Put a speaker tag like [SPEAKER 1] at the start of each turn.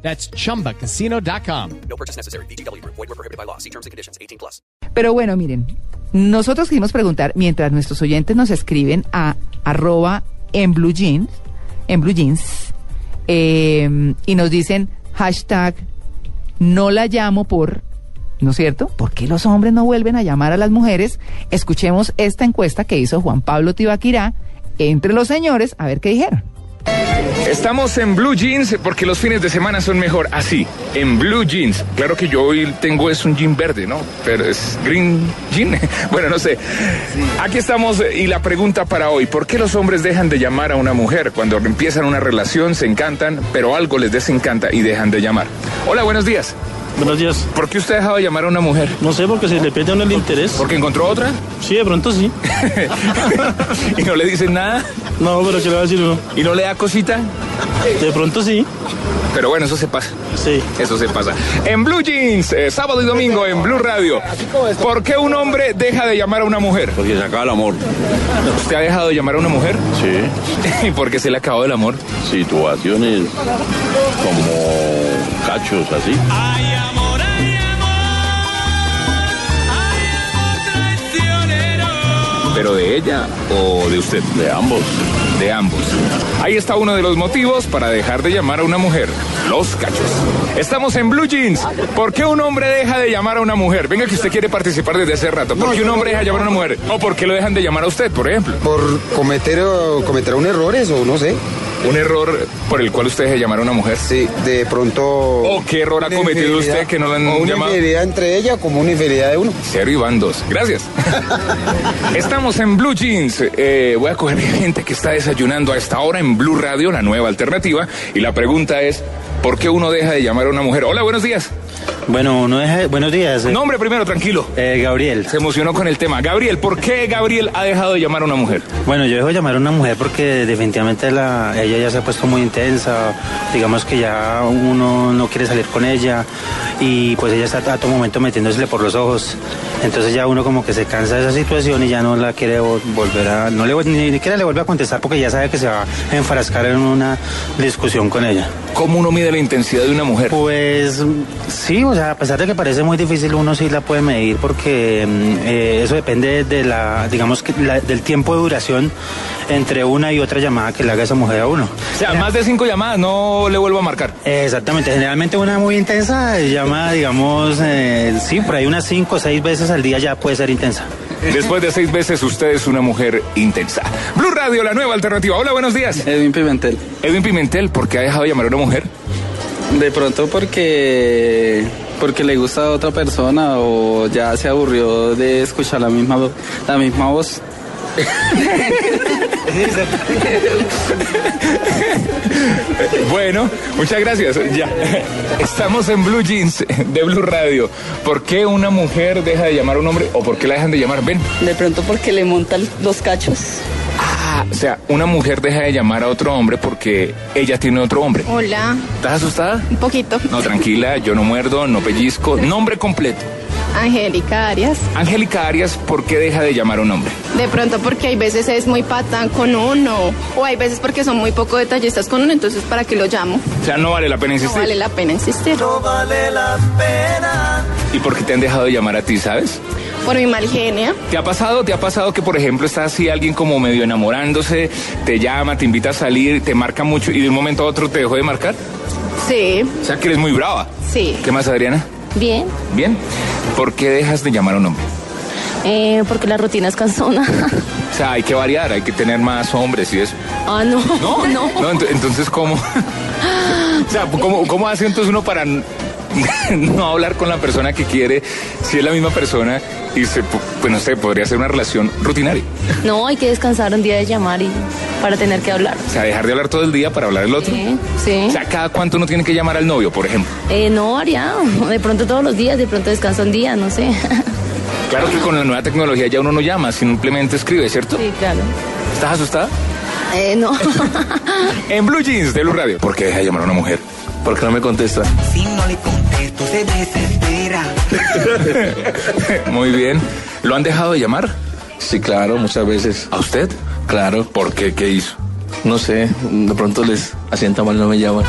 [SPEAKER 1] That's chumbacasino.com.
[SPEAKER 2] No purchase necessary. BGW. Void were prohibited by law. See terms and conditions. 18 plus.
[SPEAKER 3] Pero bueno, miren, nosotros quisimos preguntar, mientras nuestros oyentes nos escriben a arroba en blue jeans, en blue jeans, eh, y nos dicen hashtag no la llamo por, ¿no es cierto? ¿Por qué los hombres no vuelven a llamar a las mujeres? Escuchemos esta encuesta que hizo Juan Pablo Tibaquirá entre los señores, a ver qué dijeron.
[SPEAKER 4] Estamos en blue jeans porque los fines de semana son mejor así, en blue jeans. Claro que yo hoy tengo es un jean verde, ¿no? Pero es green jean. Bueno, no sé. Aquí estamos eh, y la pregunta para hoy, ¿por qué los hombres dejan de llamar a una mujer cuando empiezan una relación, se encantan, pero algo les desencanta y dejan de llamar? Hola, buenos días.
[SPEAKER 5] Buenos días.
[SPEAKER 4] ¿Por qué usted ha dejado de llamar a una mujer?
[SPEAKER 5] No sé, porque se le pierde a uno el interés.
[SPEAKER 4] ¿Porque encontró otra
[SPEAKER 5] Sí, de pronto sí.
[SPEAKER 4] y no le dicen nada
[SPEAKER 5] No, pero ¿qué le va a decir uno?
[SPEAKER 4] y no le da cosita?
[SPEAKER 5] De pronto sí.
[SPEAKER 4] Pero bueno, eso se pasa.
[SPEAKER 5] Sí.
[SPEAKER 4] Eso se pasa. En Blue Jeans, eh, sábado y domingo en Blue Radio. ¿Por qué un hombre deja de llamar a una mujer?
[SPEAKER 6] Porque se acaba el amor.
[SPEAKER 4] ¿Usted ha dejado de llamar a una mujer?
[SPEAKER 6] Sí.
[SPEAKER 4] ¿Y por qué se le acabó el amor?
[SPEAKER 6] Situaciones como cachos así.
[SPEAKER 7] Hay amor, hay amor, hay amor traicionero.
[SPEAKER 4] ¿Pero de ella o de usted?
[SPEAKER 6] De ambos.
[SPEAKER 4] De ambos. Ahí está uno de los motivos para dejar de llamar a una mujer. Los cachos. Estamos en Blue Jeans. ¿Por qué un hombre deja de llamar a una mujer? Venga que usted quiere participar desde hace rato. ¿Por qué un hombre deja de llamar a una mujer? ¿O por qué lo dejan de llamar a usted, por ejemplo?
[SPEAKER 8] por cometer o cometer un errores o no sé.
[SPEAKER 4] Un error por el cual usted deja de llamar a una mujer.
[SPEAKER 8] Sí, de pronto.
[SPEAKER 4] Oh, qué error ha
[SPEAKER 8] una
[SPEAKER 4] cometido
[SPEAKER 8] infidelidad.
[SPEAKER 4] usted que no la han
[SPEAKER 8] O una
[SPEAKER 4] llamado.
[SPEAKER 8] infidelidad entre ella como una infidelidad de uno.
[SPEAKER 4] Cero y van dos. Gracias. Estamos en Blue Jeans. Eh, voy a coger mi gente que está desayunando a esta hora en Blue Radio, la nueva alternativa. Y la pregunta es, ¿por qué uno deja de llamar a una mujer? Hola, buenos días.
[SPEAKER 9] Bueno, no deja- buenos días, eh,
[SPEAKER 4] Nombre primero, tranquilo.
[SPEAKER 9] eh, Gabriel.
[SPEAKER 4] Se emocionó con el tema. Gabriel, ¿por qué Gabriel ha dejado de llamar a una mujer?
[SPEAKER 9] Bueno, yo dejo llamar a una mujer porque definitivamente la, ella ya se ha puesto muy intensa, digamos que ya uno no quiere salir con ella y pues ella está a todo momento metiéndosele por los ojos. Entonces ya uno como que se cansa de esa situación y ya no la quiere vol- volver a, no le, vol- ni siquiera le vuelve a contestar porque ya sabe que se va a enfrascar en una discusión con ella.
[SPEAKER 4] ¿Cómo uno mide la intensidad de una mujer?
[SPEAKER 9] Pues mm, sí, o sea, a pesar de que parece muy difícil, uno sí la puede medir porque mm, eh, eso depende de la, digamos, que la- del tiempo de duración entre una y otra llamada que le haga esa mujer a uno.
[SPEAKER 4] O sea, más de cinco llamadas, no le vuelvo a marcar.
[SPEAKER 9] Eh, Exactamente, generalmente una muy intensa eh, llama, digamos, eh, sí, por ahí unas cinco o seis veces al día ya puede ser intensa.
[SPEAKER 4] Después de seis veces, usted es una mujer intensa. Blue Radio, la nueva alternativa. Hola, buenos días.
[SPEAKER 10] Edwin Pimentel.
[SPEAKER 4] Edwin Pimentel, ¿por qué ha dejado de llamar a una mujer?
[SPEAKER 10] De pronto porque porque le gusta a otra persona o ya se aburrió de escuchar la misma vo- la misma voz.
[SPEAKER 4] Bueno, muchas gracias. Ya. Estamos en Blue Jeans de Blue Radio. ¿Por qué una mujer deja de llamar a un hombre o por qué la dejan de llamar? Ven.
[SPEAKER 11] De pronto porque le montan los cachos.
[SPEAKER 4] Ah, o sea, una mujer deja de llamar a otro hombre porque ella tiene otro hombre.
[SPEAKER 11] Hola,
[SPEAKER 4] ¿Estás asustada?
[SPEAKER 11] un poquito.
[SPEAKER 4] No, tranquila, yo no muerdo, no pellizco. Nombre completo.
[SPEAKER 11] Angélica Arias.
[SPEAKER 4] Angélica Arias, ¿por qué deja de llamar a un hombre?
[SPEAKER 11] De pronto porque hay veces es muy patán con uno. O hay veces porque son muy poco detallistas con uno. Entonces, ¿para qué lo llamo?
[SPEAKER 4] O sea, no vale la pena
[SPEAKER 11] No
[SPEAKER 4] insistir.
[SPEAKER 11] vale la pena insistir.
[SPEAKER 4] ¿Y por qué te han dejado de llamar a ti, sabes?
[SPEAKER 11] Por mi mal genio.
[SPEAKER 4] ¿Te ha pasado? ¿Te ha pasado que, por ejemplo, está así alguien como medio enamorándose, te llama, te invita a salir, te marca mucho y de un momento a otro te dejó de marcar?
[SPEAKER 11] Sí,
[SPEAKER 4] O sea, que eres muy brava.
[SPEAKER 11] sí.
[SPEAKER 4] ¿Qué más, Adriana?
[SPEAKER 11] Bien.
[SPEAKER 4] Bien. ¿Por qué dejas de llamar a un hombre?
[SPEAKER 11] eh, porque la rutina es cansona.
[SPEAKER 4] O sea, hay que variar, hay que tener más hombres y eso.
[SPEAKER 11] ah, no.
[SPEAKER 4] No, ent- entonces, ¿cómo? o sea, ¿cómo, ¿cómo hace entonces uno para n- no hablar con la persona que quiere, si es la misma persona, y se, po- pues no sé, podría ser una relación rutinaria.
[SPEAKER 11] No, hay que descansar un día de llamar y para tener que hablar.
[SPEAKER 4] O sea, dejar de hablar todo el día para hablar el otro.
[SPEAKER 11] Sí, sí.
[SPEAKER 4] O sea, cada cuánto uno tiene que llamar al novio, por ejemplo.
[SPEAKER 11] Eh, no, variado. De pronto todos los días, de pronto descansa un día, no sé.
[SPEAKER 4] Claro que con la nueva tecnología ya uno no llama, simplemente escribe, ¿cierto?
[SPEAKER 11] Sí, claro.
[SPEAKER 4] ¿Estás asustada?
[SPEAKER 11] Eh, no.
[SPEAKER 4] En Blue Jeans de Blue Radio. ¿Por qué deja de llamar a una mujer? ¿Por qué no me contesta?
[SPEAKER 12] Si no le contesto, se desespera.
[SPEAKER 4] Muy bien. ¿Lo han dejado de llamar? Sí, claro, muchas veces. ¿A usted? Claro. ¿Por qué? ¿Qué hizo?
[SPEAKER 13] No sé, de pronto les asienta mal, no me llaman.